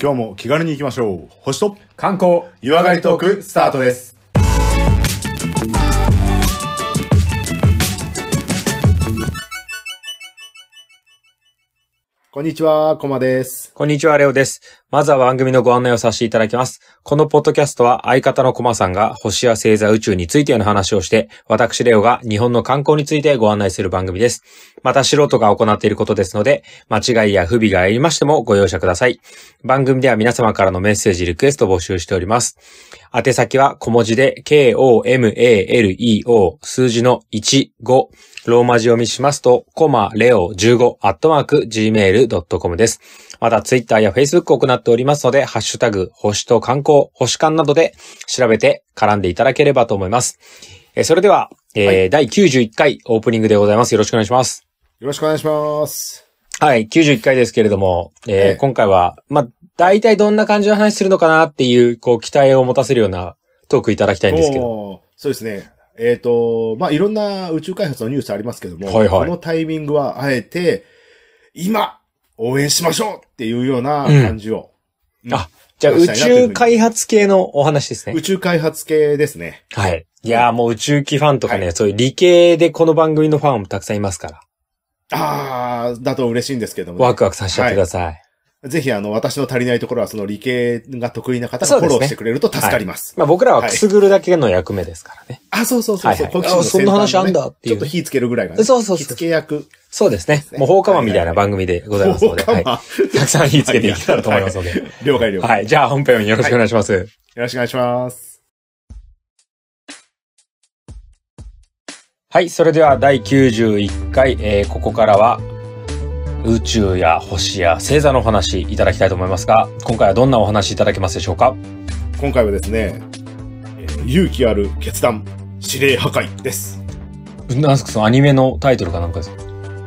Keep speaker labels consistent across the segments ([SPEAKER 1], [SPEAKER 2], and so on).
[SPEAKER 1] 今日も気軽に行きましょう。星と
[SPEAKER 2] 観光
[SPEAKER 1] 湯上がりトークスタートです。こんにちは、コマです。
[SPEAKER 2] こんにちは、レオです。まずは番組のご案内をさせていただきます。このポッドキャストは相方のコマさんが星や星座宇宙についての話をして、私レオが日本の観光についてご案内する番組です。また素人が行っていることですので、間違いや不備がありましてもご容赦ください。番組では皆様からのメッセージ、リクエストを募集しております。宛先は小文字で KOMALEO 数字の1、5、ローマ字読みしますと、コマレオ15、アットマーク、gmail.com です。また、ツイッターやフェイスブックを行っておりますので、ハッシュタグ、星と観光、星間などで調べて絡んでいただければと思います。えーそれでは、えー第91回オープニングでございます。よろしくお願いします。
[SPEAKER 1] よろしくお願いします。
[SPEAKER 2] はい、91回ですけれども、えー
[SPEAKER 1] ええ
[SPEAKER 2] 今回は、まあ、大体どんな感じの話するのかなっていう、こう、期待を持たせるようなトークいただきたいんですけど。
[SPEAKER 1] もうそうですね。えっ、と、まあ、いろんな宇宙開発のニュースありますけども、
[SPEAKER 2] はいは
[SPEAKER 1] こ
[SPEAKER 2] い
[SPEAKER 1] のタイミングはあえて、今、応援しましょうっていうような
[SPEAKER 2] うん
[SPEAKER 1] 感じを。
[SPEAKER 2] あじゃあ、宇宙開発系のお話ですね
[SPEAKER 1] 宇。宙開発系ですね。
[SPEAKER 2] はい。いやーもう宇宙機ファンとかね、
[SPEAKER 1] は
[SPEAKER 2] そういう理系でこの番組のファンもたくさんいますから、
[SPEAKER 1] ああ、だと嬉しいんですけども、
[SPEAKER 2] ワクワクさせちゃってください。
[SPEAKER 1] ぜひあの、私の足りないところはその理系が得意な方
[SPEAKER 2] そ
[SPEAKER 1] が
[SPEAKER 2] う
[SPEAKER 1] フォロ
[SPEAKER 2] ですね
[SPEAKER 1] ーしてくれると助かります。
[SPEAKER 2] まあ僕らはくすぐるだけの役目ですからね。
[SPEAKER 1] あ、そうそうそうそう、
[SPEAKER 2] はいはい
[SPEAKER 1] 好奇心の
[SPEAKER 2] あ
[SPEAKER 1] 先端の
[SPEAKER 2] そんな話あんだってい
[SPEAKER 1] ちょ
[SPEAKER 2] う
[SPEAKER 1] っと火つけるぐらいが、ね。
[SPEAKER 2] そうそう
[SPEAKER 1] 火
[SPEAKER 2] そう
[SPEAKER 1] つけ役。
[SPEAKER 2] そうですね。もう放課間みたいな番組でございますので、
[SPEAKER 1] そう
[SPEAKER 2] はい、
[SPEAKER 1] か
[SPEAKER 2] たくさん火つけていけたらと思いますので。
[SPEAKER 1] 了解了解、
[SPEAKER 2] はい。じゃあ本編よろしくお願いします。
[SPEAKER 1] よろしくお願いします。
[SPEAKER 2] はい、それでは第91回、えーここからは宇宙や星や星座のお話いただきたいと思いますが、今回はどんなお話いただけますでしょうか
[SPEAKER 1] 今回はですね、えー勇気ある決断、指令破壊です。
[SPEAKER 2] なんすかそのアニメのタイトルかなんかですか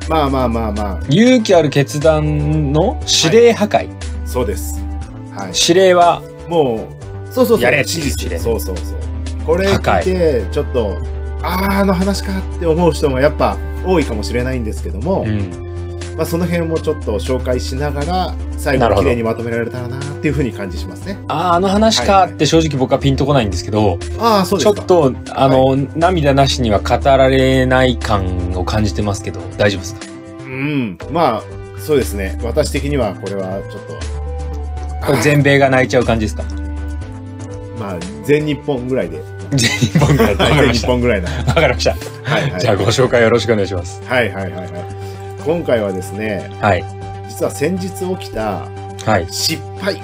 [SPEAKER 1] まあまあまあま
[SPEAKER 2] 勇気ある決断の指令破壊。
[SPEAKER 1] あ、そうです。はい。
[SPEAKER 2] 指令は、
[SPEAKER 1] もう、そうそうそう。
[SPEAKER 2] やれ
[SPEAKER 1] 指示
[SPEAKER 2] 指令
[SPEAKER 1] そうそうそう。これ
[SPEAKER 2] 破
[SPEAKER 1] 聞
[SPEAKER 2] 壊
[SPEAKER 1] いて、ちょっと、あー、あの話かって思う人もやっぱ多いかもしれないんですけども、
[SPEAKER 2] うん、
[SPEAKER 1] まあ、その辺もちょっと紹介しながら、最
[SPEAKER 2] なる
[SPEAKER 1] 後
[SPEAKER 2] ほ
[SPEAKER 1] 綺
[SPEAKER 2] ど
[SPEAKER 1] 麗にまとめられたらなっていうふうに感じしますね。
[SPEAKER 2] ああ、あの話
[SPEAKER 1] は
[SPEAKER 2] か
[SPEAKER 1] いはい
[SPEAKER 2] って正直僕はピンとこないんですけど、
[SPEAKER 1] ああ、そうで
[SPEAKER 2] ちょ
[SPEAKER 1] す
[SPEAKER 2] っ
[SPEAKER 1] か。
[SPEAKER 2] と、あの、涙なしには語られない感を感じてますけど、大丈夫ですか
[SPEAKER 1] うん。まあ、そうですね。私的にはこれはちょっと、
[SPEAKER 2] これ全米が泣いちゃう感じですか
[SPEAKER 1] まあ、全日本ぐらいで。
[SPEAKER 2] 全日本ぐらいで。わかり
[SPEAKER 1] 全
[SPEAKER 2] ま
[SPEAKER 1] 日
[SPEAKER 2] した。わ
[SPEAKER 1] 本ぐらいな。は
[SPEAKER 2] かりました。
[SPEAKER 1] いはい。
[SPEAKER 2] じゃあご紹介よろしくお願いします。
[SPEAKER 1] はいはいはいはい。今回はですね、
[SPEAKER 2] はい。
[SPEAKER 1] 実は先日起きた
[SPEAKER 2] はい。
[SPEAKER 1] 失敗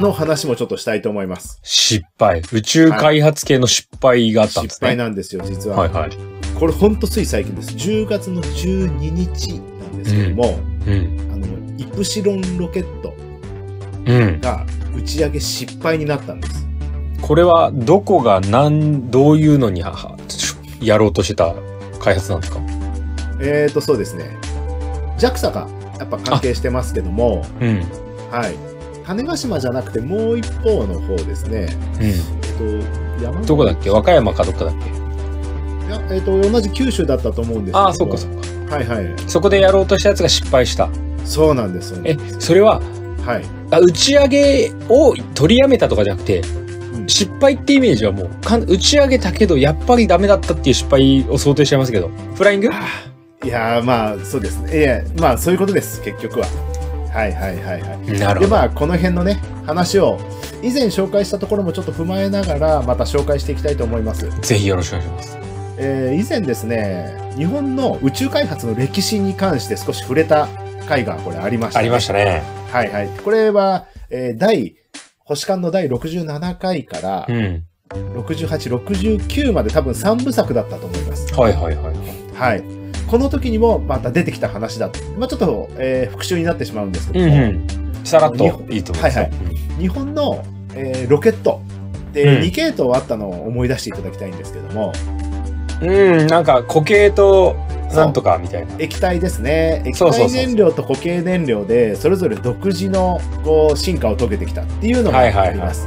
[SPEAKER 1] の話もちょっとしたいと思います。
[SPEAKER 2] 失敗。宇宙開発系の失敗があったんで
[SPEAKER 1] 失
[SPEAKER 2] すね。
[SPEAKER 1] 敗なんですよ、実は。
[SPEAKER 2] はいはい。
[SPEAKER 1] これほんとつい最近です。10月の12日なんですけども、
[SPEAKER 2] うん。
[SPEAKER 1] あの、イプシロンロケット
[SPEAKER 2] うん。
[SPEAKER 1] が打ち上げ失敗になったんです。
[SPEAKER 2] これは、どこが、なん、どういうのに、ははやろうとしてた開発なんですか
[SPEAKER 1] えーと、そうですね。JAXA がやっぱ関係してますけども、
[SPEAKER 2] うん。
[SPEAKER 1] はい。種子島じゃなくてもう一方の方ですね。
[SPEAKER 2] う
[SPEAKER 1] えっと、山
[SPEAKER 2] ん。どこだっけ和歌山かどっかだっけ
[SPEAKER 1] いやえっと、同じ九州だったと思うんですけど。
[SPEAKER 2] ああ、そっかそっか。
[SPEAKER 1] う。はいはい。
[SPEAKER 2] そこでやろうとしたやつが失敗した。
[SPEAKER 1] そうなんです。そうなん
[SPEAKER 2] え
[SPEAKER 1] で、す
[SPEAKER 2] それは、
[SPEAKER 1] はい。
[SPEAKER 2] あ打ち上げを取りやめたとかじゃなくて、
[SPEAKER 1] ん
[SPEAKER 2] 失敗ってイメージはもうかん打ち上げたけどやっぱりダメだったっていう失敗を想定しちゃいますけどフライング
[SPEAKER 1] いやーまあ、そうですね。いや、まあ、そういうことです、結局は。はいはいはいはい。
[SPEAKER 2] な
[SPEAKER 1] でまあこの辺のね話を以前紹介したところもちょっと踏まえながらまた紹介していきたいと思います、
[SPEAKER 2] ぜひよろしくお願いします
[SPEAKER 1] えー以前ですね日本の宇宙開発の歴史に関して少し触れた回がこれありました、
[SPEAKER 2] ありましたね
[SPEAKER 1] たはいはいこれは、えー第星間の第67回から
[SPEAKER 2] うん
[SPEAKER 1] 6869まで多分3部作だったと思います
[SPEAKER 2] はいはいはい
[SPEAKER 1] はいこの時にもまた出てきた話だまあちょっと、えー復習になってしまうんですけども、
[SPEAKER 2] んさらっといいと思います
[SPEAKER 1] はい
[SPEAKER 2] よ
[SPEAKER 1] 日本の、えーロケット
[SPEAKER 2] う
[SPEAKER 1] で
[SPEAKER 2] ん
[SPEAKER 1] 2系統あったのを思い出していただきたいんですけども、
[SPEAKER 2] うんうんなんか固形となんとかみたいな
[SPEAKER 1] 液体ですね液
[SPEAKER 2] そうそう
[SPEAKER 1] 体
[SPEAKER 2] そう
[SPEAKER 1] 燃料と固形燃料でそれぞれ独自のこう進化を遂げてきたっていうのが
[SPEAKER 2] はいはいはい
[SPEAKER 1] あります。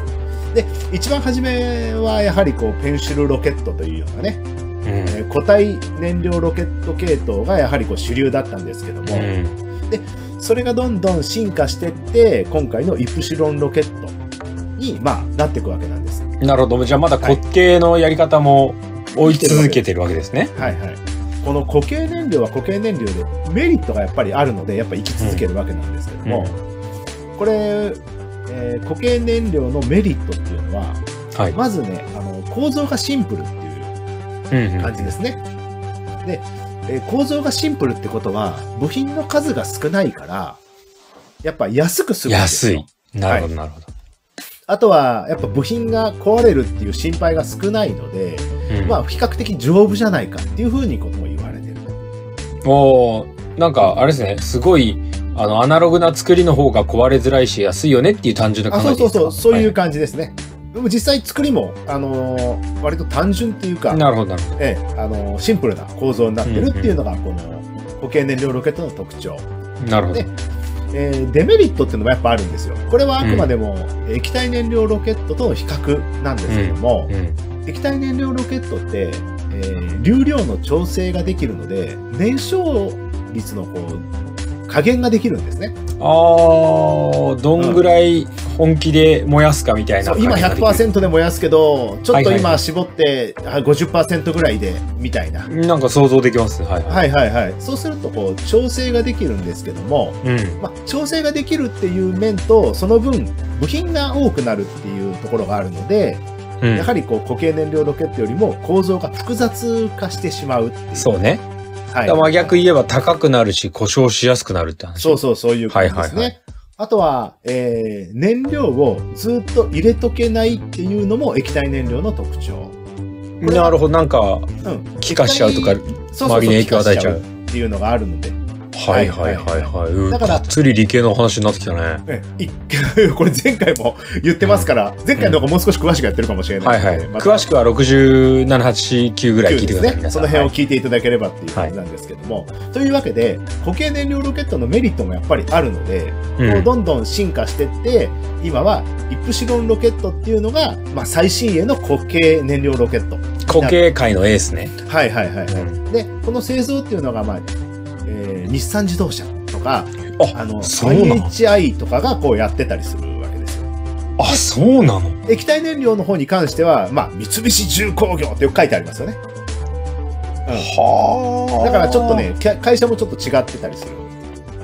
[SPEAKER 1] で一番初めはやはりこうペンシルロケットというようなね、
[SPEAKER 2] うん
[SPEAKER 1] えー固体燃料ロケット系統がやはりこう主流だったんですけども、
[SPEAKER 2] うん
[SPEAKER 1] でそれがどんどん進化してって、今回のイプシロンロケットに、まあ、なっていくわけなんです。
[SPEAKER 2] なるほど。じゃあまだ
[SPEAKER 1] はい
[SPEAKER 2] 滑稽のやり方も追い続けてるわけですね。
[SPEAKER 1] はいはい。この固形燃料は固形燃料でメリットがやっぱりあるので、やっぱ生き続けるわけなんですけども、これ、えー固形燃料のメリットっていうのは、
[SPEAKER 2] はい。
[SPEAKER 1] まずね、あの、構造がシンプルっていう
[SPEAKER 2] うんうん
[SPEAKER 1] 感じですね。で、えー構造がシンプルってことは、部品の数が少ないから、やっぱ安くするんです
[SPEAKER 2] 安
[SPEAKER 1] よ
[SPEAKER 2] い。なるほど、なるほど。
[SPEAKER 1] あとは、やっぱ部品が壊れるっていう心配が少ないので、
[SPEAKER 2] うん
[SPEAKER 1] まあ、比較的丈夫じゃないかっていうふうにことも言われてる。
[SPEAKER 2] おーなんか、あれですね、すごい、あの、アナログな作りの方が壊れづらいし、安いよねっていう単純な
[SPEAKER 1] あ、そ
[SPEAKER 2] 考え
[SPEAKER 1] う
[SPEAKER 2] で
[SPEAKER 1] そ
[SPEAKER 2] いいうですか
[SPEAKER 1] そう、そういう
[SPEAKER 2] は
[SPEAKER 1] 感じですね。でも実際作りも、あのー割と単純っていうか、
[SPEAKER 2] なるほど、なるほ
[SPEAKER 1] ええ、あのーシンプルな構造になってるっていうのが、この固形燃料ロケットの特徴。
[SPEAKER 2] ど。なるほど
[SPEAKER 1] ね。えーデメリットっていうのもやっぱあるんですよ。これはあくまでも液体燃料ロケットとの比較なんですけども、
[SPEAKER 2] うん。
[SPEAKER 1] 液体燃料ロケットって、えー流量の調整ができるので燃焼率のこう加減ができるんですね
[SPEAKER 2] ああ、どんぐらい本気で燃やすかみたいな
[SPEAKER 1] そ
[SPEAKER 2] 感
[SPEAKER 1] う
[SPEAKER 2] じ
[SPEAKER 1] 今
[SPEAKER 2] ができる。
[SPEAKER 1] 100%で燃やすけどちょ
[SPEAKER 2] は
[SPEAKER 1] っ
[SPEAKER 2] いは
[SPEAKER 1] と
[SPEAKER 2] い
[SPEAKER 1] 今絞って、あ50%ぐらいでみたいな
[SPEAKER 2] なんか想像できます。はい。い。
[SPEAKER 1] はいはいはいそうするとこう調整ができるんですけども、
[SPEAKER 2] うん。
[SPEAKER 1] まあ、調整ができるっていう面とその分部品が多くなるっていうところがあるので、
[SPEAKER 2] うん
[SPEAKER 1] やはりこう固形燃料ロケットよりも構造が複雑化してしまうっていう
[SPEAKER 2] そうね。
[SPEAKER 1] は
[SPEAKER 2] だ
[SPEAKER 1] い
[SPEAKER 2] から真逆言えば高くなるし、故障しやすくなるって話。
[SPEAKER 1] そうそう、そういう感じですね。
[SPEAKER 2] はいはいは
[SPEAKER 1] あとは、えー燃料をずっと入れとけないっていうのも液体燃料の特徴。これは
[SPEAKER 2] なるほど。なんか、
[SPEAKER 1] うん。
[SPEAKER 2] 気化しちゃうとか、
[SPEAKER 1] 液体
[SPEAKER 2] 周りに影響を与えちゃ。
[SPEAKER 1] そうそそ気化しちっていうのがあるので。
[SPEAKER 2] はいはいはいはい。うん
[SPEAKER 1] だから
[SPEAKER 2] がっつり理系の話になってきたね。
[SPEAKER 1] えい これ前回も言ってますから、前回の方がもう少し詳しくやってるかもしれな
[SPEAKER 2] はいい
[SPEAKER 1] ので。
[SPEAKER 2] はい。詳しくは67、8、9ぐらい聞いてください。
[SPEAKER 1] ね。
[SPEAKER 2] 皆
[SPEAKER 1] そ
[SPEAKER 2] さん
[SPEAKER 1] の辺を
[SPEAKER 2] はい
[SPEAKER 1] 聞いていただければっていう感じなんですけども。というわけで、固形燃料ロケットのメリットもやっぱりあるので、
[SPEAKER 2] うん
[SPEAKER 1] こうどんどん進化してって、今はイプシロンロケットっていうのが、まあ、最新鋭の固形燃料ロケット。
[SPEAKER 2] 固形界のエースね。
[SPEAKER 1] はいはいはい。
[SPEAKER 2] うん
[SPEAKER 1] で、この製造っていうのが、まあ、えー日産自動車とか、あの、
[SPEAKER 2] あ、そうなの
[SPEAKER 1] IHI とかがこうやってたりするわけですよ。
[SPEAKER 2] あ、そうなの
[SPEAKER 1] 液体燃料の方に関しては、まあ、三菱重工業ってよく書いてありますよね。う
[SPEAKER 2] は
[SPEAKER 1] ん。
[SPEAKER 2] あ。
[SPEAKER 1] だからちょっとね、きゃ会社もちょっと違ってたりする。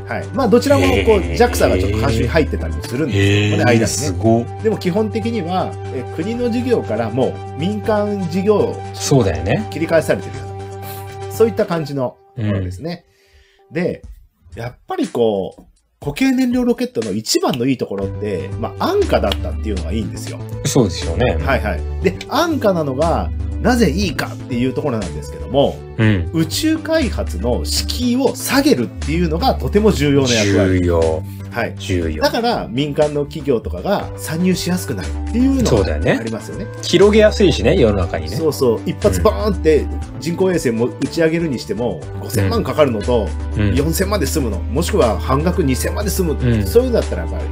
[SPEAKER 1] はい。まあ、どちらもこう、
[SPEAKER 2] へー
[SPEAKER 1] JAXA がちょっと監修に入ってたりもするんですけどもね、間
[SPEAKER 2] へ
[SPEAKER 1] に
[SPEAKER 2] え、
[SPEAKER 1] ね。
[SPEAKER 2] すごい。
[SPEAKER 1] でも基本的には、え国の事業からもう民間事業を
[SPEAKER 2] そうだよね。
[SPEAKER 1] 切り返されてるような、そういった感じのものですね。で、やっぱりこう、固形燃料ロケットの一番のいいところって、まあ、安価だったっていうのがいいんですよ。
[SPEAKER 2] そうですよね。
[SPEAKER 1] はいはい。で、安価なのが、なぜいいかっていうところなんですけども、
[SPEAKER 2] うん。
[SPEAKER 1] 宇宙開発の敷居を下げるっていうのがとても重要な役
[SPEAKER 2] 重
[SPEAKER 1] 割。
[SPEAKER 2] 要。
[SPEAKER 1] はい。
[SPEAKER 2] 重要
[SPEAKER 1] だ。から、民間の企業とかが参入しやすくなるっていうの
[SPEAKER 2] そう
[SPEAKER 1] が
[SPEAKER 2] だよ
[SPEAKER 1] あ
[SPEAKER 2] ね。
[SPEAKER 1] りますよね。
[SPEAKER 2] 広げやすいしね、世の中にね。
[SPEAKER 1] そうそう、一発バーンって人工衛星も打ち上げるにしても、5000万かかるのと、
[SPEAKER 2] うん
[SPEAKER 1] 4000まで済むの、もしくは半額2000まで済む、
[SPEAKER 2] うん
[SPEAKER 1] そういうのだったらやっぱり、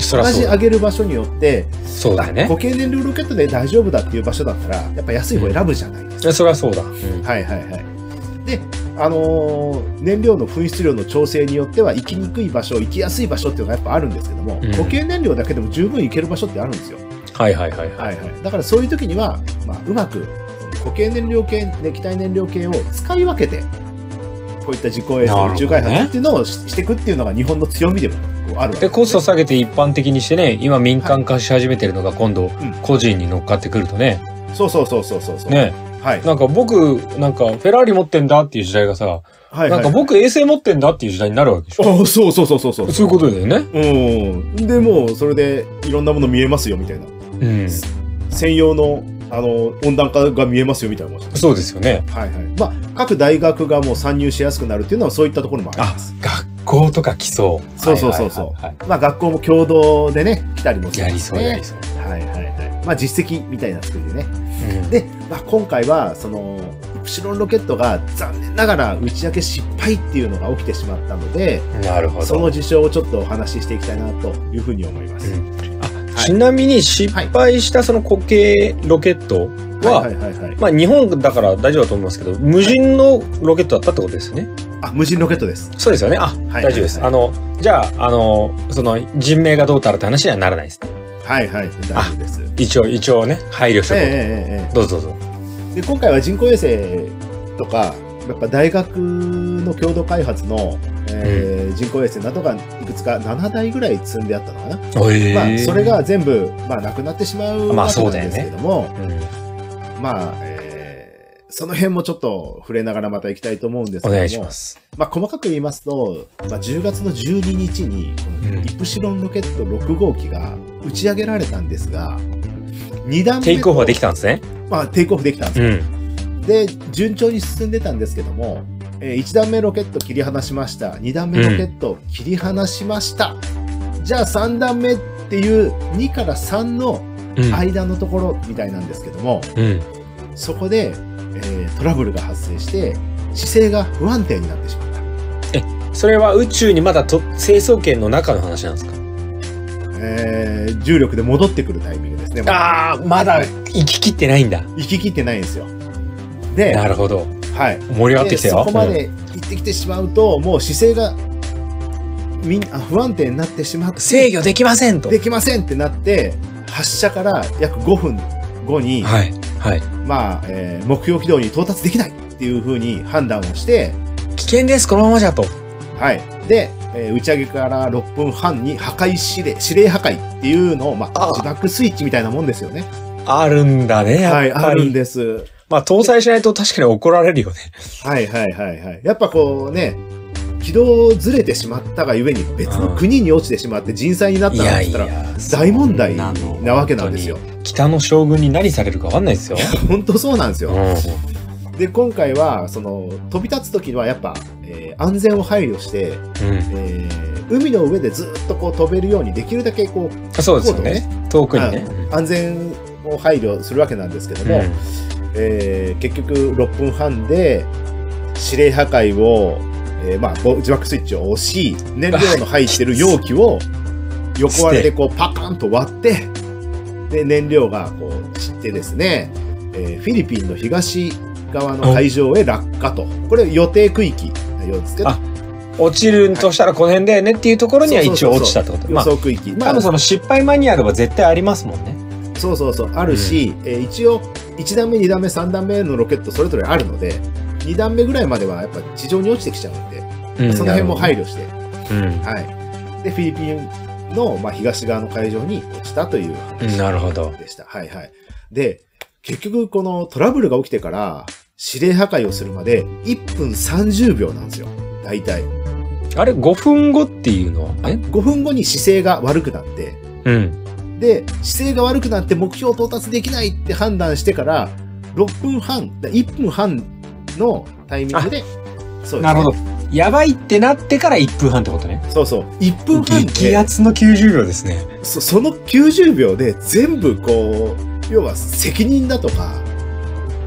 [SPEAKER 2] そ
[SPEAKER 1] 同
[SPEAKER 2] らそ
[SPEAKER 1] じ
[SPEAKER 2] う
[SPEAKER 1] 上
[SPEAKER 2] だ。
[SPEAKER 1] げる場所によって、
[SPEAKER 2] そうだよね
[SPEAKER 1] 固。形燃料ロケットで大丈夫だっていう場所だったら、やっぱ安い方選ぶじゃないですか。
[SPEAKER 2] そらそうだ。うん
[SPEAKER 1] はいはいはい。で、あのー燃料の噴出量の調整によっては、行きにくい場所、行きやすい場所っていうのがやっぱあるんですけども、
[SPEAKER 2] うん
[SPEAKER 1] 固形燃料だけでも十分行ける場所ってあるんですよ。
[SPEAKER 2] はいはいはいは。
[SPEAKER 1] はいいはい、だからそういう時には、まあ、うまく固形燃料系液体燃料系を使い分けてこういった自己衛
[SPEAKER 2] なるほ
[SPEAKER 1] 星
[SPEAKER 2] どね
[SPEAKER 1] 宇宙開発っていうのをししていくっていうのが日本の強みでもあるわけ
[SPEAKER 2] で、コスト下げて一般的にしてね、今民間化し始めてるのが今度
[SPEAKER 1] ん、
[SPEAKER 2] 個人に乗っかってくるとね、
[SPEAKER 1] そうそうそうそうそうそう、
[SPEAKER 2] ね、
[SPEAKER 1] はい、
[SPEAKER 2] なんか僕、なんかフェラーリ持ってんだっていう時代がさ、
[SPEAKER 1] はいはい
[SPEAKER 2] なんか僕衛星持ってんだっていう時代になるわけでしょ。
[SPEAKER 1] あ そうそうそうそうそう
[SPEAKER 2] そういうことだよね。
[SPEAKER 1] うんでもうそれでいろんなもの見えますよみたいな
[SPEAKER 2] うん。
[SPEAKER 1] 専用のあの温暖化が見えますよみたいなもんじゃん
[SPEAKER 2] そうですよね。
[SPEAKER 1] はいはいまあ各大学がもう参入しやすくなるっていうのはそういったところもあります
[SPEAKER 2] 学校とか来そう。
[SPEAKER 1] そうそうそうそう
[SPEAKER 2] はいはいはいは
[SPEAKER 1] まあ学校も共同でね来たりも
[SPEAKER 2] い
[SPEAKER 1] するんで
[SPEAKER 2] やり
[SPEAKER 1] す
[SPEAKER 2] そう
[SPEAKER 1] ね
[SPEAKER 2] やりそう。
[SPEAKER 1] はいはいはい。まあ実績みたいな作りでね。
[SPEAKER 2] うん
[SPEAKER 1] で、まあ、今回は、その、イプシロンロケットが残念ながら打ち上げ失敗っていうのが起きてしまったので、
[SPEAKER 2] なるほ
[SPEAKER 1] そ
[SPEAKER 2] ど。
[SPEAKER 1] の事象をちょっとお話ししていきたいなというふうに思います。はい
[SPEAKER 2] ちなみに失敗したその固形ロケットは、
[SPEAKER 1] はいはいはいはい。
[SPEAKER 2] まあ日本だから大丈夫だと思いますけど、無人のロケットだったってことですよね。
[SPEAKER 1] あ、無人ロケットです。
[SPEAKER 2] そうですよね。あ、
[SPEAKER 1] はい
[SPEAKER 2] 大丈夫です。
[SPEAKER 1] はい
[SPEAKER 2] あの、じゃあ、あの、その、人名がどうたらって話にはならないです。
[SPEAKER 1] はいはい、大丈夫です。
[SPEAKER 2] 一応、一応ね、配慮し
[SPEAKER 1] ええ
[SPEAKER 2] と
[SPEAKER 1] えええ
[SPEAKER 2] こう。どうぞどうぞ。
[SPEAKER 1] えで今回は人工衛星とか、やっぱ大学の共同開発の、えー人工衛星などがいくつか7台ぐらい積んであったのかな。まあ、それが全部、まあ、なくなってしまう
[SPEAKER 2] まあ
[SPEAKER 1] わけ
[SPEAKER 2] そ
[SPEAKER 1] な
[SPEAKER 2] うんだよ
[SPEAKER 1] で
[SPEAKER 2] ね
[SPEAKER 1] すけども、
[SPEAKER 2] うん、
[SPEAKER 1] まあ、えーその辺もちょっと触れながらまた行きたいと思うんですけど
[SPEAKER 2] お
[SPEAKER 1] も、
[SPEAKER 2] 願いします。
[SPEAKER 1] まあ、細かく言いますと、まあ、10月の12日に、こ
[SPEAKER 2] う
[SPEAKER 1] の
[SPEAKER 2] ん
[SPEAKER 1] イプシロンロケット6号機が打ち上げられたんですが、2段目と
[SPEAKER 2] テイクオフはできたんですね。
[SPEAKER 1] まあ、テイクオフできたんです
[SPEAKER 2] う
[SPEAKER 1] よ、
[SPEAKER 2] ん。
[SPEAKER 1] で、順調に進んでたんですけども、え1段目ロケット切り離しました。2段目ロケット切り離しました。じゃあ3段目っていう2から3の
[SPEAKER 2] うん。
[SPEAKER 1] 間のところみたいなんですけども、
[SPEAKER 2] うん。
[SPEAKER 1] そこで、えートラブルが発生して、姿勢が不安定になってしまった。
[SPEAKER 2] それは宇宙にまだと成層圏の中の話なんですか
[SPEAKER 1] えー重力で戻ってくるタイミングですね。
[SPEAKER 2] ああ、まだ行ききってないんだ。
[SPEAKER 1] 行ききってないんですよ。で、
[SPEAKER 2] なるほど。
[SPEAKER 1] はい。
[SPEAKER 2] 盛り上がってきたよ。
[SPEAKER 1] でそこまで行ってきてしまうと、もう姿勢がみんあ不安定になってしまっ
[SPEAKER 2] うん
[SPEAKER 1] て、
[SPEAKER 2] 制御できませんと。
[SPEAKER 1] できませんってなって、発射から約5分後に、
[SPEAKER 2] はい。はい。
[SPEAKER 1] まあ、えー目標軌道に到達できないっていうふうに判断をして、
[SPEAKER 2] 危険です、このままじゃと。
[SPEAKER 1] はい。で、えー打ち上げから6分半に破壊指令、指令破壊っていうのを、まあ、
[SPEAKER 2] あ
[SPEAKER 1] 自爆スイッチみたいなもんですよね。
[SPEAKER 2] あるんだね、
[SPEAKER 1] は
[SPEAKER 2] や
[SPEAKER 1] い、
[SPEAKER 2] っ
[SPEAKER 1] あ
[SPEAKER 2] ぱ
[SPEAKER 1] るん
[SPEAKER 2] り。
[SPEAKER 1] です。
[SPEAKER 2] まあ、搭載しないと確かに怒られるよね。
[SPEAKER 1] はいはいはいはい。やっぱこうね、軌道ずれてしまったがゆえに別の国に落ちてしまって人災になったなんて言ったら大問題
[SPEAKER 2] そんの
[SPEAKER 1] なわけなんですよ。
[SPEAKER 2] 本当に北の将軍に何されるかわかんないですよ。
[SPEAKER 1] 本当そうなんですよ。
[SPEAKER 2] う
[SPEAKER 1] で、今回は、その、飛び立つ時にはやっぱ、えー安全を配慮して、
[SPEAKER 2] んう
[SPEAKER 1] えー海の上でずっとこう飛べるようにできるだけこう、
[SPEAKER 2] ん。そうですよね。遠くにね。
[SPEAKER 1] 安全を配慮するわけなんですけども、えー結局6分半で指令破壊を、えーまあ、ぼ自爆スイッチを押し燃料の入ってる容器を横割れで こうパカンと割ってで燃料がこう散ってですね、えーフィリピンの東側の海上へ落下とこれ予定区域なようですけど
[SPEAKER 2] あ落ちるとしたらこの辺だよねっていうところには一応落ちたってこと。
[SPEAKER 1] 予
[SPEAKER 2] まあ、
[SPEAKER 1] 想区域、ま
[SPEAKER 2] 多
[SPEAKER 1] あ
[SPEAKER 2] 分その失敗マニュアルは絶対ありますもんね。
[SPEAKER 1] そうそうそう、あるし、えー一応、1段目、2段目、3段目のロケットそれぞれあるので、2段目ぐらいまではやっぱ地上に落ちてきちゃうんで、
[SPEAKER 2] うん
[SPEAKER 1] その辺も
[SPEAKER 2] なる
[SPEAKER 1] 配慮して、
[SPEAKER 2] ほどうん
[SPEAKER 1] はい。で、フィリピンの、まあ、東側の海上に落ちたという
[SPEAKER 2] うんなるほど。
[SPEAKER 1] でした。はいはい。で、結局このトラブルが起きてから、指令破壊をするまで1分30秒なんですよ。大体。
[SPEAKER 2] あれ、5分後っていうのはえ
[SPEAKER 1] 5分後に姿勢が悪くなって、
[SPEAKER 2] うん。
[SPEAKER 1] で、姿勢が悪くなって目標到達できないって判断してから、6分半、だ1分半のタイミングで、そうですね
[SPEAKER 2] なるほど。やばいってなってから1分半ってことね。
[SPEAKER 1] そうそう。1分半
[SPEAKER 2] 激
[SPEAKER 1] で、
[SPEAKER 2] 圧の90秒ですね。
[SPEAKER 1] そその90秒で全部こう、要は責任だとか、は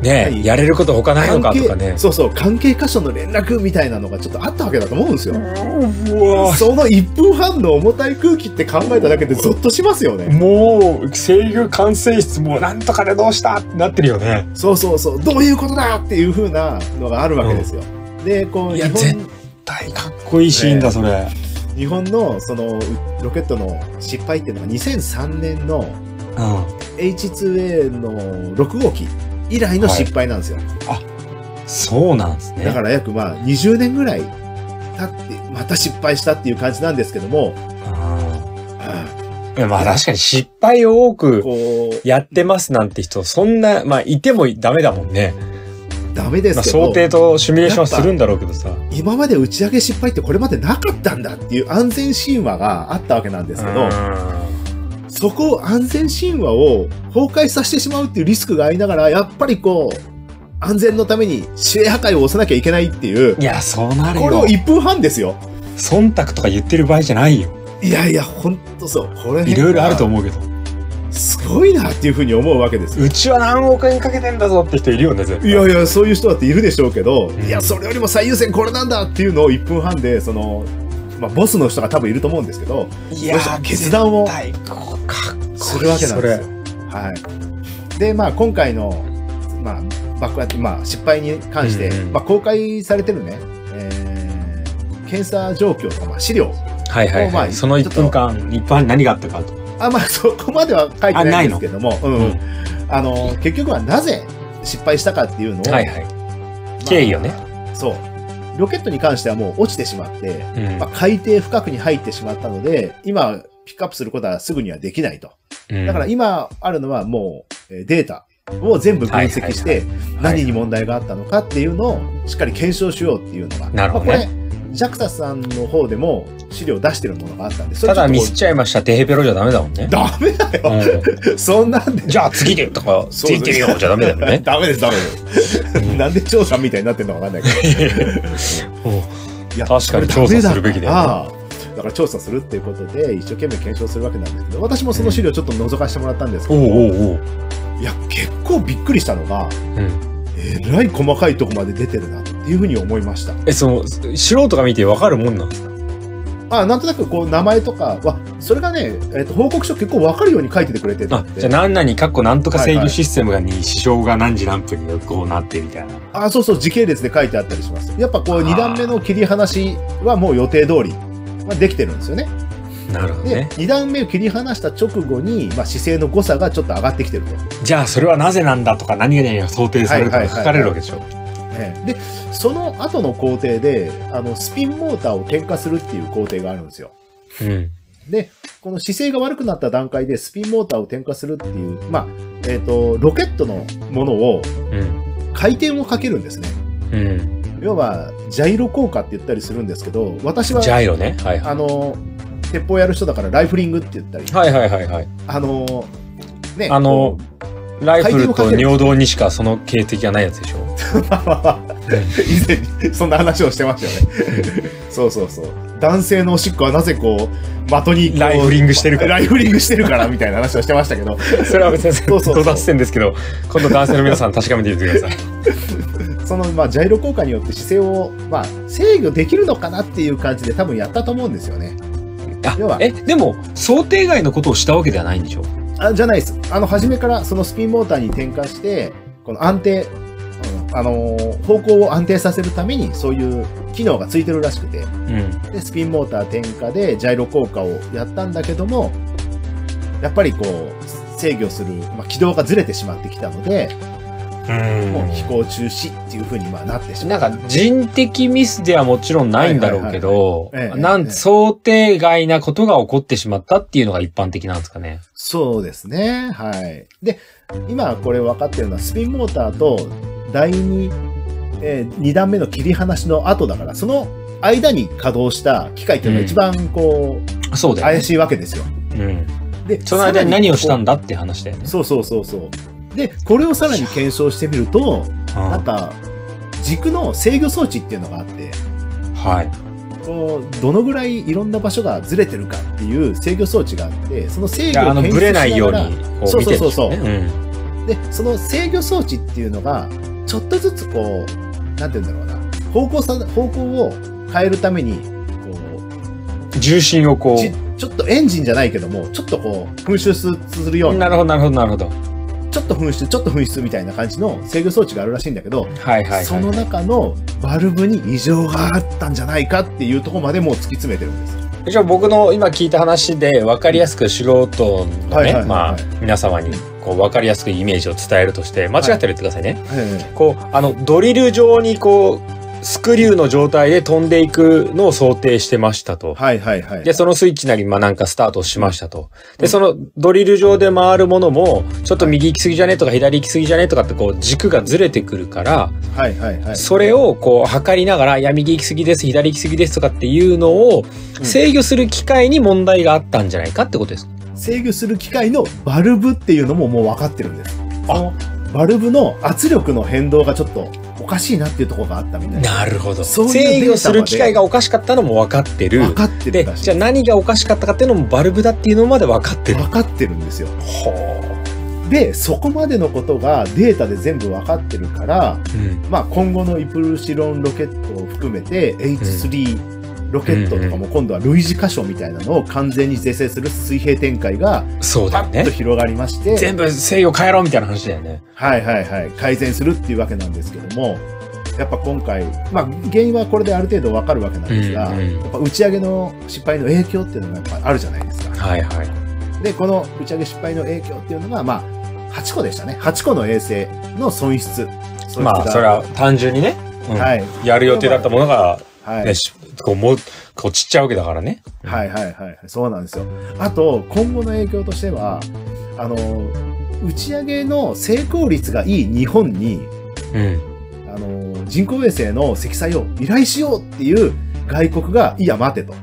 [SPEAKER 2] ねえ
[SPEAKER 1] い
[SPEAKER 2] やれること他ないのかとかね。
[SPEAKER 1] そうそう、関係箇所の連絡みたいなのがちょっとあったわけだと思うんですよ。
[SPEAKER 2] うわ
[SPEAKER 1] その1分半の重たい空気って考えただけでゾッとしますよね。
[SPEAKER 2] もう制御管制室もなんとかでどうしたってなってるよね。
[SPEAKER 1] そうそうそう、どういうことだっていう風なのがあるわけですよ。で、こう、
[SPEAKER 2] いや
[SPEAKER 1] 日
[SPEAKER 2] 絶
[SPEAKER 1] 本
[SPEAKER 2] 大かっこいいシーンだそれ。
[SPEAKER 1] 日本のそのロケットの失敗っていうのが2003年の
[SPEAKER 2] うん。
[SPEAKER 1] H2A の6号機以来の失敗なんですよ、
[SPEAKER 2] そうなんですね。
[SPEAKER 1] だから約まあ20年ぐらい経ってまた失敗したっていう感じなんですけども、
[SPEAKER 2] うんいやまあ確かに失敗を多く
[SPEAKER 1] こう
[SPEAKER 2] やってますなんて人、そんな、まあいてもダメだもんね。
[SPEAKER 1] ダメで
[SPEAKER 2] まあ
[SPEAKER 1] すけど、
[SPEAKER 2] 想定とシミュレーションはするんだろうけどさ。
[SPEAKER 1] 今まで打ち上げ失敗ってこれまでなかったんだっていう安全神話があったわけなんですけど、そこを安全神話を崩壊させてしまうっていうリスクがありながらやっぱりこう安全のために指令破壊を押さなきゃいけないっていう
[SPEAKER 2] いや、そうなる
[SPEAKER 1] これ
[SPEAKER 2] よ
[SPEAKER 1] を。1分半ですよ。
[SPEAKER 2] 忖度とか言ってる場合じゃないよ。
[SPEAKER 1] いやいや、ほんとそう。これ、
[SPEAKER 2] いろいろあると思うけど。
[SPEAKER 1] すごいなっていうふうに思うわけですよ。
[SPEAKER 2] うちは何億円かけてんだぞって人いるよね、絶対。
[SPEAKER 1] いやいや、そういう人だっているでしょうけど、
[SPEAKER 2] ん
[SPEAKER 1] いや、それよりも最優先これなんだっていうのを1分半で、その、まあ、ボスの人が多分いると思うんですけど、
[SPEAKER 2] い
[SPEAKER 1] そういう人が決断を
[SPEAKER 2] 絶対こうかっこいい
[SPEAKER 1] するわけなんです
[SPEAKER 2] それ
[SPEAKER 1] よ。はい。で、まあ、今回の、まあ、爆発、まあ、失敗に関して、
[SPEAKER 2] うんうん
[SPEAKER 1] まあ、公開されてるね、えー検査状況とか、まあ、資料
[SPEAKER 2] はいはい、はい
[SPEAKER 1] もうまあ
[SPEAKER 2] その1分間、一般何があったかと。
[SPEAKER 1] あ、まあ、そこまでは書いて
[SPEAKER 2] あな
[SPEAKER 1] ないいん
[SPEAKER 2] の
[SPEAKER 1] ですけども、うん
[SPEAKER 2] うん
[SPEAKER 1] あの、結局はなぜ失敗したかっていうのを、
[SPEAKER 2] はいはい。
[SPEAKER 1] まあ
[SPEAKER 2] 経緯をね。
[SPEAKER 1] そう。ロケットに関してはもう落ちてしまって、
[SPEAKER 2] うん
[SPEAKER 1] まあ、海底深くに入ってしまったので、今、ピックアップすることはすぐにはできないと。
[SPEAKER 2] うん
[SPEAKER 1] だから今あるのはもうえーデータを全部分析して何に問題があったのかっていうのをしっかり検証しようっていうのが、
[SPEAKER 2] なるほどね
[SPEAKER 1] まあこれ、JAXA さんの方でも資料を出してるものがあったんで、それちょ
[SPEAKER 2] た
[SPEAKER 1] っ
[SPEAKER 2] だ
[SPEAKER 1] とこ
[SPEAKER 2] ミ
[SPEAKER 1] う
[SPEAKER 2] スっちゃいました、テヘペロじゃダメだもんね。
[SPEAKER 1] ダメ だよ。
[SPEAKER 2] う
[SPEAKER 1] そんなんで
[SPEAKER 2] ん。じゃあ次でとか、つ
[SPEAKER 1] そう
[SPEAKER 2] いてみようじゃダメだよね。
[SPEAKER 1] ダメです、ダメです。なんで調査みたいになってるのかわかんないけど。いや
[SPEAKER 2] 確か
[SPEAKER 1] これ
[SPEAKER 2] に
[SPEAKER 1] ダメ
[SPEAKER 2] 調査
[SPEAKER 1] だ
[SPEAKER 2] するべきだよ
[SPEAKER 1] からだから調査するっていうことで一生懸命検証するわけなんですけど、私もその資料ちょっと覗かせてもらったんですけ
[SPEAKER 2] お
[SPEAKER 1] ど、
[SPEAKER 2] うおうおう。
[SPEAKER 1] いや、結構びっくりしたのが、
[SPEAKER 2] うん。
[SPEAKER 1] えらい細かいとこまで出てるなっていうふうに思いました。
[SPEAKER 2] え、その、素人が見てわかるもんなんですか
[SPEAKER 1] あなんとなくこう名前とかは、それがね、えっと報告書結構わかるように書いててくれてる
[SPEAKER 2] あ
[SPEAKER 1] ん、で。
[SPEAKER 2] じゃあ何々、かっこなんとか制
[SPEAKER 1] はいは
[SPEAKER 2] 御
[SPEAKER 1] い
[SPEAKER 2] システムがに支障が何時何分にこうなってみたいな。
[SPEAKER 1] あそうそう、時系列で書いてあったりします。やっぱこ
[SPEAKER 2] あ
[SPEAKER 1] う
[SPEAKER 2] ー
[SPEAKER 1] 2段目の切り離しはもう予定通り、まあ、できてるんですよね。
[SPEAKER 2] なるほど
[SPEAKER 1] で、
[SPEAKER 2] ね。
[SPEAKER 1] 2段目を切り離した直後に、まあ、姿勢の誤差がちょっと上がってきてると。
[SPEAKER 2] じゃあそれはなぜなんだとか何々が想定されると
[SPEAKER 1] は
[SPEAKER 2] か
[SPEAKER 1] いはいは
[SPEAKER 2] 書
[SPEAKER 1] い
[SPEAKER 2] かれるわけでしょ。
[SPEAKER 1] ええで、その後の工程で、あの、スピンモーターを点火するっていう工程があるんですよ。
[SPEAKER 2] うん。
[SPEAKER 1] で、この姿勢が悪くなった段階でスピンモーターを点火するっていう、まあ、えっ、と、ロケットのものを
[SPEAKER 2] うん。
[SPEAKER 1] 回転をかけるんですね。
[SPEAKER 2] うん。
[SPEAKER 1] 要は、ジャイロ効果って言ったりするんですけど、私は
[SPEAKER 2] ジ、ャイロね。はいは
[SPEAKER 1] あの、鉄砲やる人だからライフリングって言ったり
[SPEAKER 2] い。、はいはいはいはい。
[SPEAKER 1] あの、ね、
[SPEAKER 2] あの
[SPEAKER 1] こ
[SPEAKER 2] ライフルと尿道にしかその形跡がないやつでしょ。
[SPEAKER 1] う 以前にそんな話をしてましたよね。そうそうそう。男性のおしっこはなぜこう、的にこう
[SPEAKER 2] ライフリングしてるから
[SPEAKER 1] ライフリングしてるからみたいな話をしてましたけど、
[SPEAKER 2] それは別に
[SPEAKER 1] そうそうそ
[SPEAKER 2] ド
[SPEAKER 1] う
[SPEAKER 2] 脱線ですけど、今度男性の皆さん確かめてみてください。
[SPEAKER 1] その、まあ、ジャイロ効果によって姿勢を、まあ、制御できるのかなっていう感じで多分やったと思うんですよね。 要
[SPEAKER 2] あ
[SPEAKER 1] は
[SPEAKER 2] え、でも、想定外のことをしたわけではないんでしょ
[SPEAKER 1] あじゃないです。あの、初めからそのスピンモーターに転換して、この安定、うんあのー方向を安定させるためにそういう機能がついてるらしくて、
[SPEAKER 2] うん。
[SPEAKER 1] で、スピンモーター転換でジャイロ効果をやったんだけども、やっぱりこう、制御する、まあ、軌道がずれてしまってきたので、もう飛行中止っていう風にまあなってしま
[SPEAKER 2] な
[SPEAKER 1] っ
[SPEAKER 2] ん
[SPEAKER 1] た。
[SPEAKER 2] か人的ミスではもちろんないんだろうけど、
[SPEAKER 1] はいはいはいええ
[SPEAKER 2] なん
[SPEAKER 1] ええ
[SPEAKER 2] 想定外なことが起こってしまったっていうのが一般的なんですかね。
[SPEAKER 1] そうですね。はい。で、今これ分かってるのは、スピンモーターと第2、えー、2段目の切り離しの後だから、その間に稼働した機械っていうのが一番こう、
[SPEAKER 2] そうだよ、ね。
[SPEAKER 1] 怪しいわけですよ。
[SPEAKER 2] うん。
[SPEAKER 1] で、
[SPEAKER 2] その間に何をしたん
[SPEAKER 1] だ
[SPEAKER 2] だって話だよね。
[SPEAKER 1] そうそうそうそう。で、これをさらに検証してみると、
[SPEAKER 2] うん
[SPEAKER 1] なんか、軸の制御装置っていうのがあって、
[SPEAKER 2] はい。
[SPEAKER 1] こうどのぐらいいろんな場所がずれてるかっていう制御装置があって、その制
[SPEAKER 2] い
[SPEAKER 1] 御を
[SPEAKER 2] やあの、
[SPEAKER 1] 検
[SPEAKER 2] ブ
[SPEAKER 1] 出し
[SPEAKER 2] レ
[SPEAKER 1] なが
[SPEAKER 2] な
[SPEAKER 1] ら
[SPEAKER 2] いように、こう見てるんでしょう
[SPEAKER 1] そうそうそ
[SPEAKER 2] ね。
[SPEAKER 1] うそで、その制御装置っていうのが、ちょっとずつこう、なんて言うんだろうな、方向さ、方向を変えるために、こ
[SPEAKER 2] うん重心をこ
[SPEAKER 1] う、ち
[SPEAKER 2] う。
[SPEAKER 1] ちょっとエンジンじゃないけども、ちょっとこう、噴出するよう
[SPEAKER 2] な
[SPEAKER 1] な、
[SPEAKER 2] るほど、なるほど、なるほど。
[SPEAKER 1] ちょっと噴出、ちょっと噴出みたいな感じの制御装置があるらしいんだけど、
[SPEAKER 2] はいはい、はい。
[SPEAKER 1] その中のバルブに異常があったんじゃないかっていうところまでもう突き詰めてるんです。
[SPEAKER 2] じゃあ僕の今聞いた話で分かりやすく素人の
[SPEAKER 1] はいはいはい
[SPEAKER 2] ね
[SPEAKER 1] はい
[SPEAKER 2] まあ皆様にこう分かりやすくイメージを伝えるとして間違ってるってくださいね、
[SPEAKER 1] え
[SPEAKER 2] こうあのドリル状にこうスクリューの状態で飛んでいくのを想定してました
[SPEAKER 1] え
[SPEAKER 2] と。
[SPEAKER 1] はいはいはい。
[SPEAKER 2] で、そのスイッチなり、まあなんかスタートしましたと。
[SPEAKER 1] う
[SPEAKER 2] で、
[SPEAKER 1] ん
[SPEAKER 2] そのドリル上で回るものも、ちょっと右行き過ぎじゃねとか左行き過ぎじゃねとかってこう軸がずれてくるから、
[SPEAKER 1] はいはいはい。
[SPEAKER 2] それをこう測りながら、いや、右行き過ぎです、左行き過ぎですとかっていうのを
[SPEAKER 1] うん
[SPEAKER 2] 制御する機械に問題があったんじゃないかってことですか。
[SPEAKER 1] 制御する機械のバルブっていうのももう分かってるんです。
[SPEAKER 2] あ
[SPEAKER 1] あのバルブの圧力の変動がちょっとおかしいなっていうところがあったみたいな。
[SPEAKER 2] なるほど。
[SPEAKER 1] そういうデータまで
[SPEAKER 2] 制御する機械がおかしかったのも分かってる。
[SPEAKER 1] 分かって
[SPEAKER 2] で
[SPEAKER 1] るらしい。
[SPEAKER 2] じゃあ何がおかしかったかっていうのもバルブだっていうのまで分かってる。
[SPEAKER 1] 分かってるんですよ。
[SPEAKER 2] ほ
[SPEAKER 1] で、そこまでのことがデータで全部分かってるから、
[SPEAKER 2] う。うん。
[SPEAKER 1] まあ今後のイプルシロンロケットを含めて H3 ロケットとかも今度は類似箇所みたいなのを完全に是正する水平展開が
[SPEAKER 2] そうだ
[SPEAKER 1] パ
[SPEAKER 2] よ
[SPEAKER 1] ッと
[SPEAKER 2] ね。
[SPEAKER 1] 広がりまして、
[SPEAKER 2] 全部制御変えろみたいな話だよね。
[SPEAKER 1] はいはいはい、改善するっていうわけなんですけども、やっぱ今回、まあ、原因はこれである程度わかるわけなんですが、
[SPEAKER 2] うんうん
[SPEAKER 1] やっぱ打ち上げの失敗の影響っていうのがやっぱあるじゃないですか。
[SPEAKER 2] はいはい。
[SPEAKER 1] で、この打ち上げ失敗の影響っていうのが、まあ、8個でしたね。8個の衛星の損失。損失
[SPEAKER 2] まあ、それは単純にね、うん
[SPEAKER 1] はい。
[SPEAKER 2] やる予定だったものが、
[SPEAKER 1] はい。
[SPEAKER 2] ね、しこう、もう、こう散っちゃうわけだからね。
[SPEAKER 1] はいはいはいはい、そうなんですよ。あと、今後の影響としては、あの、打ち上げの成功率がいい日本に、
[SPEAKER 2] うん。
[SPEAKER 1] あの、人工衛星の積載を依頼しようっていう外国が、いや待てと。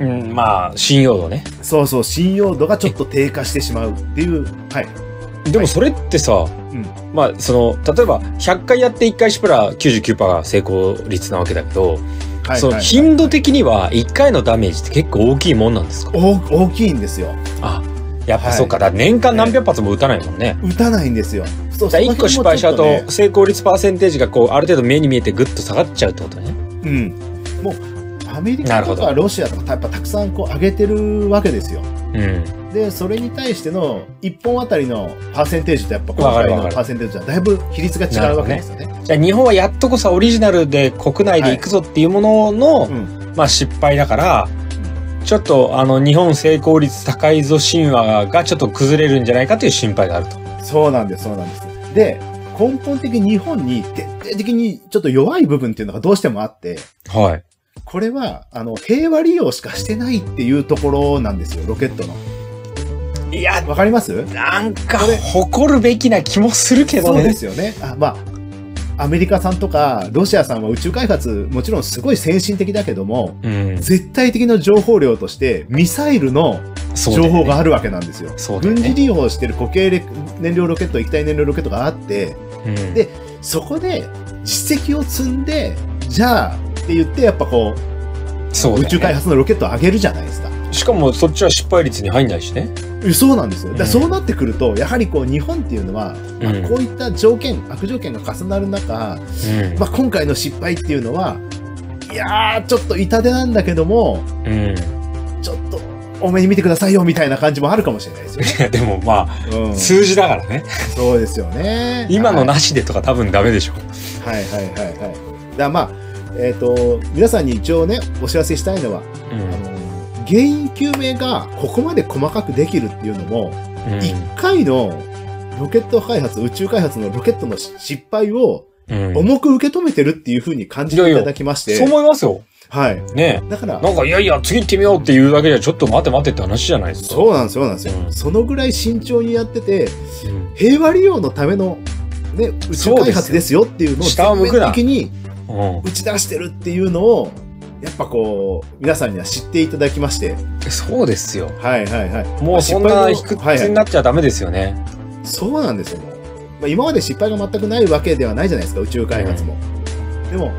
[SPEAKER 2] うん、まあ、信用度ね。
[SPEAKER 1] そうそう、信用度がちょっと低下してしまうっていう、はい。
[SPEAKER 2] でもそれってさ、
[SPEAKER 1] うん
[SPEAKER 2] まあ、その、例えば、100回やって1回失敗ら99%が成功率なわけだけど、
[SPEAKER 1] はい、
[SPEAKER 2] そ
[SPEAKER 1] は
[SPEAKER 2] の
[SPEAKER 1] い
[SPEAKER 2] 頻度的には1回のダメージって結構大きいもんなんですか
[SPEAKER 1] 大大きいんですよ。
[SPEAKER 2] あ、やっぱ
[SPEAKER 1] はい
[SPEAKER 2] そうか。だから年間何百発も打たないもんね。
[SPEAKER 1] 打たないんですよ。そう
[SPEAKER 2] じゃあ1個失敗しちゃう
[SPEAKER 1] その辺
[SPEAKER 2] と
[SPEAKER 1] もちょっ
[SPEAKER 2] 成功率パーセンテージがこうある程度目に見えてグッと下がっちゃうってことね。
[SPEAKER 1] とねうん。もう、アメリ
[SPEAKER 2] な
[SPEAKER 1] カ
[SPEAKER 2] るほ
[SPEAKER 1] と
[SPEAKER 2] ど
[SPEAKER 1] かロシアとか、やっぱたくさんこう上げてるわけですよ。
[SPEAKER 2] うん。
[SPEAKER 1] で、それに対しての1本あたりのパーセンテージとやっぱ今
[SPEAKER 2] わか
[SPEAKER 1] 回
[SPEAKER 2] るわ
[SPEAKER 1] の
[SPEAKER 2] かる
[SPEAKER 1] パーセンテージはだいぶ比率が違うわけですよね。
[SPEAKER 2] じゃあ日本はやっとこそオリジナルで国内で行くぞっていうものの、
[SPEAKER 1] うん
[SPEAKER 2] まあ失敗だから、ちょっとあの日本成功率高いぞ神話がちょっと崩れるんじゃないかという心配があると。
[SPEAKER 1] そうなんです、そうなんです。で、根本的に日本に徹底的にちょっと弱い部分っていうのがどうしてもあって、
[SPEAKER 2] はい。
[SPEAKER 1] これは、あの、平和利用しかしてないっていうところなんですよ、ロケットの。
[SPEAKER 2] いや、
[SPEAKER 1] わかります
[SPEAKER 2] なんか誇るべきな気もするけど
[SPEAKER 1] そうで
[SPEAKER 2] ね。
[SPEAKER 1] すよね。あまあ、アメリカさんとか、ロシアさんは宇宙開発、もちろんすごい先進的だけども、
[SPEAKER 2] うん。
[SPEAKER 1] 絶対的な情報量として、ミサイルの
[SPEAKER 2] そうだ
[SPEAKER 1] 情
[SPEAKER 2] よね
[SPEAKER 1] 報があるわけなんですよ。
[SPEAKER 2] そうだよ
[SPEAKER 1] 軍事
[SPEAKER 2] ね。
[SPEAKER 1] 利用してる固形レ燃料ロケット、液体燃料ロケットがあって、
[SPEAKER 2] うん
[SPEAKER 1] でそこで実績を積んで、じゃあって言って、やっぱこ
[SPEAKER 2] そう
[SPEAKER 1] う、
[SPEAKER 2] だよね
[SPEAKER 1] 宇宙開発のロケットを上げるじゃないですか。
[SPEAKER 2] しかもそっちは失敗率に入んないしね。
[SPEAKER 1] えそうなんですよ。だから
[SPEAKER 2] うん
[SPEAKER 1] そうなってくると、やはりこう、日本っていうのは、まあ
[SPEAKER 2] うん
[SPEAKER 1] こういった条件、悪条件が重なる中、まあ、今回の失敗っていうのは、いやー、ちょっと痛手なんだけども、
[SPEAKER 2] うん。うん。
[SPEAKER 1] ちょっと、多めに見てくださいよみたいな感じもあるかもしれないですよね。
[SPEAKER 2] いやでもまあ、
[SPEAKER 1] うん、
[SPEAKER 2] 数字だからね。
[SPEAKER 1] そうですよね。
[SPEAKER 2] 今の
[SPEAKER 1] はい
[SPEAKER 2] なしでとか多分ダメでしょ。
[SPEAKER 1] はいはいはいはい。だからまあ、えっ、と、皆さんに一応ね、お知らせしたいのは、
[SPEAKER 2] う
[SPEAKER 1] あの、原因究明がここまで細かくできるっていうのも、1回のロケット開発、宇宙開発のロケットの失敗を
[SPEAKER 2] うんうん
[SPEAKER 1] 重く受け止めてるっていうふうに感じていただきまして、
[SPEAKER 2] そう思いますよ。
[SPEAKER 1] はい。
[SPEAKER 2] ね
[SPEAKER 1] だから
[SPEAKER 2] え。、なんか、いやいや、次行ってみようっていうだけじゃ、ちょっと待て待てって話じゃないですか。
[SPEAKER 1] そうなんですよ、そうなんですよ。
[SPEAKER 2] うん
[SPEAKER 1] そのぐらい慎重にやってて、
[SPEAKER 2] うん
[SPEAKER 1] 平和利用のための、ね、宇宙開発ですよっていうのを
[SPEAKER 2] 下を向
[SPEAKER 1] 全
[SPEAKER 2] くな
[SPEAKER 1] 面的に
[SPEAKER 2] う
[SPEAKER 1] 打ち出してるっていうのを、やっぱこう、皆さんには知っていただきまして、
[SPEAKER 2] ん。そうですよ。
[SPEAKER 1] はいはいはい。
[SPEAKER 2] もうそん
[SPEAKER 1] ま
[SPEAKER 2] な
[SPEAKER 1] あ
[SPEAKER 2] 卑
[SPEAKER 1] 失敗の
[SPEAKER 2] 屈になっちゃダメですよね。
[SPEAKER 1] そうなんですよ、もう。まあ、今まで失敗が全くないわけではないじゃないですか、宇宙開発も。でも、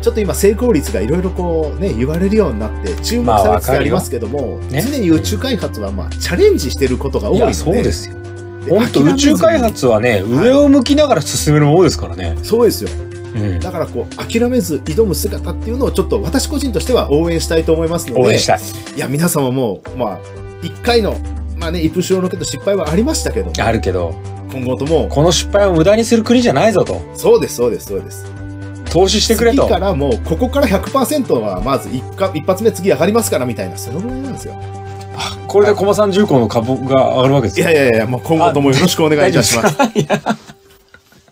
[SPEAKER 1] ちょっと今、成功率がいろいろこうね、言われるようになって、注目
[SPEAKER 2] まあ
[SPEAKER 1] されつ
[SPEAKER 2] わかる
[SPEAKER 1] つ
[SPEAKER 2] よ
[SPEAKER 1] ありますけども、
[SPEAKER 2] ね
[SPEAKER 1] 常に宇宙開発はまあ、チャレンジしてることが多い
[SPEAKER 2] い
[SPEAKER 1] の
[SPEAKER 2] や、
[SPEAKER 1] で、
[SPEAKER 2] そうですよ。
[SPEAKER 1] で
[SPEAKER 2] 本当
[SPEAKER 1] 諦め
[SPEAKER 2] 宇
[SPEAKER 1] ずに
[SPEAKER 2] 宙開発はね、上を向きながら進めるものですからね。
[SPEAKER 1] そうですよ。
[SPEAKER 2] うん。
[SPEAKER 1] だからこう、諦めず挑む姿っていうのを、ちょっと私個人としては応援したいと思いますので、
[SPEAKER 2] 応援したい。
[SPEAKER 1] いや、皆様も、まあ、1回の、まあね、イプシロンロケット失敗はありましたけど、
[SPEAKER 2] あるけど、
[SPEAKER 1] 今後とも、
[SPEAKER 2] この失敗を無駄にする国じゃないぞと。
[SPEAKER 1] そうです、そうです、そうです。
[SPEAKER 2] 投資してくれと。
[SPEAKER 1] 次からもう、ここから100%は、まず一か一発目次上がりますから、みたいな、そのぐらいなんですよ。
[SPEAKER 2] これで駒さん重工の株が上がるわけです
[SPEAKER 1] い
[SPEAKER 2] よ
[SPEAKER 1] やいやいや、もう今後ともよろしくお願いいたします。
[SPEAKER 2] 大丈夫ですか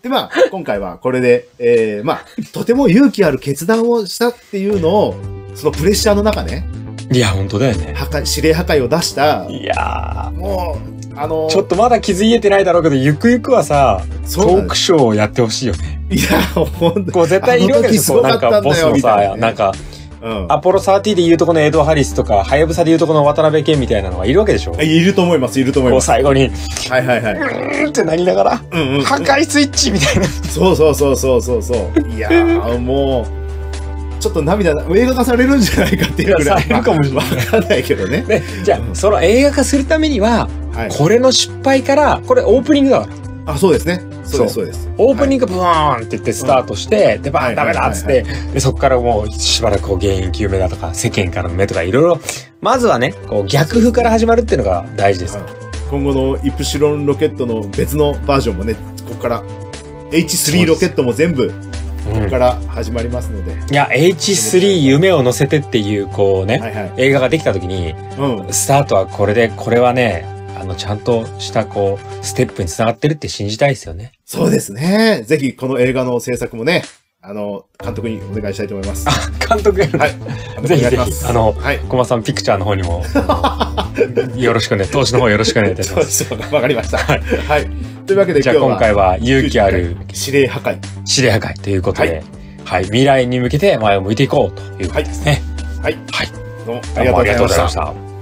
[SPEAKER 1] で、まあ、今回はこれで、えー、まあ、とても勇気ある決断をしたっていうのを、そのプレッシャーの中ね、
[SPEAKER 2] いや、本当だよね。
[SPEAKER 1] 破壊、指令破壊を出した、
[SPEAKER 2] いや
[SPEAKER 1] もう、あの
[SPEAKER 2] ー、ちょっとまだ傷癒えてないだろうけど、ゆくゆくはさ、ト
[SPEAKER 1] そうな
[SPEAKER 2] ー
[SPEAKER 1] んで
[SPEAKER 2] ク
[SPEAKER 1] す
[SPEAKER 2] ショーをやってほしいよ ね。
[SPEAKER 1] いや、ほんと、
[SPEAKER 2] こう絶対いるわけですよ。
[SPEAKER 1] あ
[SPEAKER 2] な
[SPEAKER 1] の
[SPEAKER 2] ん
[SPEAKER 1] 時すごか
[SPEAKER 2] か
[SPEAKER 1] ったん
[SPEAKER 2] ボ
[SPEAKER 1] だ
[SPEAKER 2] ス
[SPEAKER 1] よ
[SPEAKER 2] の
[SPEAKER 1] みたい
[SPEAKER 2] さ、
[SPEAKER 1] なね
[SPEAKER 2] なんか、
[SPEAKER 1] うん。
[SPEAKER 2] アポロ30でいうとこのエド・ハリスとか、ハヤブサでいうとこの渡辺謙みたいなのがいるわけでしょ。こ
[SPEAKER 1] いると思います、いると思いうます。
[SPEAKER 2] 最後に、う
[SPEAKER 1] はいはいはい。
[SPEAKER 2] ーんってなりながら、
[SPEAKER 1] うんうん、
[SPEAKER 2] 破壊スイッチみたいな。
[SPEAKER 1] そうそうそうそうそうそう。いやー、もう、ちょっと涙な、映画化されるんじゃないかっていうぐらい。
[SPEAKER 2] いやされるかもしれな
[SPEAKER 1] わかんないけどね。
[SPEAKER 2] ね、じゃあ、その映画化するためには、
[SPEAKER 1] はい。
[SPEAKER 2] これの失敗から、これオープニングだから。
[SPEAKER 1] あ、そうですね。そうです、
[SPEAKER 2] そ
[SPEAKER 1] そうです。
[SPEAKER 2] オープニングブーンって言ってスタートして、で、バー
[SPEAKER 1] は
[SPEAKER 2] ン
[SPEAKER 1] い
[SPEAKER 2] ダメだっつって、で、そこからもうしばらくこう原因究明だとか、世間からの目とかいろいろ、まずはね、こう逆風から始まるっていうのが大事です。
[SPEAKER 1] 今後のイプシロンロケットの別のバージョンもね、ここから、H3 ロケットも全部、ここから始まりますので。
[SPEAKER 2] いや、H3 夢を乗せてっていう、こうね、
[SPEAKER 1] はいはい。
[SPEAKER 2] 映画ができた時に、
[SPEAKER 1] うん。
[SPEAKER 2] スタートはこれで、これはね、あの、ちゃんとした、こう、ステップにつながってるって信じたいですよね。
[SPEAKER 1] そうですね。ぜひ、この映画の制作もね、あの、監督にお願いしたいと思います。は
[SPEAKER 2] 監督やる
[SPEAKER 1] い。
[SPEAKER 2] ぜひぜひ
[SPEAKER 1] お願いします
[SPEAKER 2] あの
[SPEAKER 1] はい。
[SPEAKER 2] コマさんピクチャーの方にも、よろしくね、投資の方よろしくお願いいたし
[SPEAKER 1] そ
[SPEAKER 2] ま
[SPEAKER 1] う
[SPEAKER 2] す。
[SPEAKER 1] そう、わかりました。はい。というわけで
[SPEAKER 2] じ
[SPEAKER 1] 今日
[SPEAKER 2] ゃあ
[SPEAKER 1] は、
[SPEAKER 2] 今回は勇気ある
[SPEAKER 1] 指令破壊。
[SPEAKER 2] 指令破壊ということで、
[SPEAKER 1] は
[SPEAKER 2] はい、未来に向けて前を向いていこうということですね。
[SPEAKER 1] はい。
[SPEAKER 2] はい
[SPEAKER 1] どうもあ
[SPEAKER 2] ど
[SPEAKER 1] りが
[SPEAKER 2] うも
[SPEAKER 1] とうございました。
[SPEAKER 2] た。